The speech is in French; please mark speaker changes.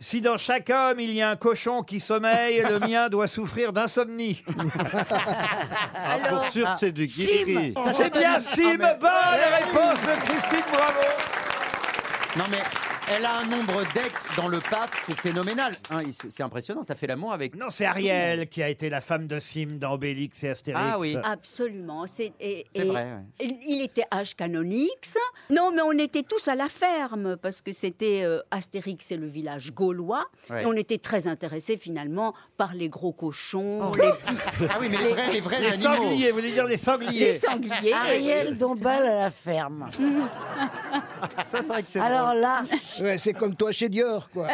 Speaker 1: Si dans chaque homme il y a un cochon qui sommeille, le mien doit souffrir d'insomnie.
Speaker 2: Alors, pour sûr, c'est du
Speaker 1: Sim.
Speaker 2: guiri.
Speaker 1: Ça, Ah, C'est bien Sim. Bonne réponse de Christine Bravo.
Speaker 3: Non mais elle a un nombre d'ex dans le pape, c'est phénoménal. Hein, il- c'est c'est impressionnant, t'as fait l'amour avec...
Speaker 1: Non, c'est Ariel qui a été la femme de Sim dans Obélix et Astérix.
Speaker 3: Ah oui.
Speaker 4: Absolument. C'est et-
Speaker 3: C'est
Speaker 4: et-
Speaker 3: vrai, ouais.
Speaker 4: Il il était H Canonix. Non, mais on était tous à la ferme parce que c'était euh, Astérix et le village gaulois.
Speaker 3: Ouais.
Speaker 4: Et on était très intéressés finalement par les gros cochons, les,
Speaker 3: Ah oui, mais les vrais, les vrais
Speaker 1: Les
Speaker 3: animaux.
Speaker 1: sangliers, vous voulez dire les
Speaker 4: les
Speaker 1: sangliers
Speaker 4: sangliers.
Speaker 5: Ariel Dombal à la ferme.
Speaker 3: Ça, c'est vrai que c'est
Speaker 5: Alors
Speaker 3: drôle.
Speaker 5: là,
Speaker 6: Ouais, c'est comme toi chez Dior, quoi.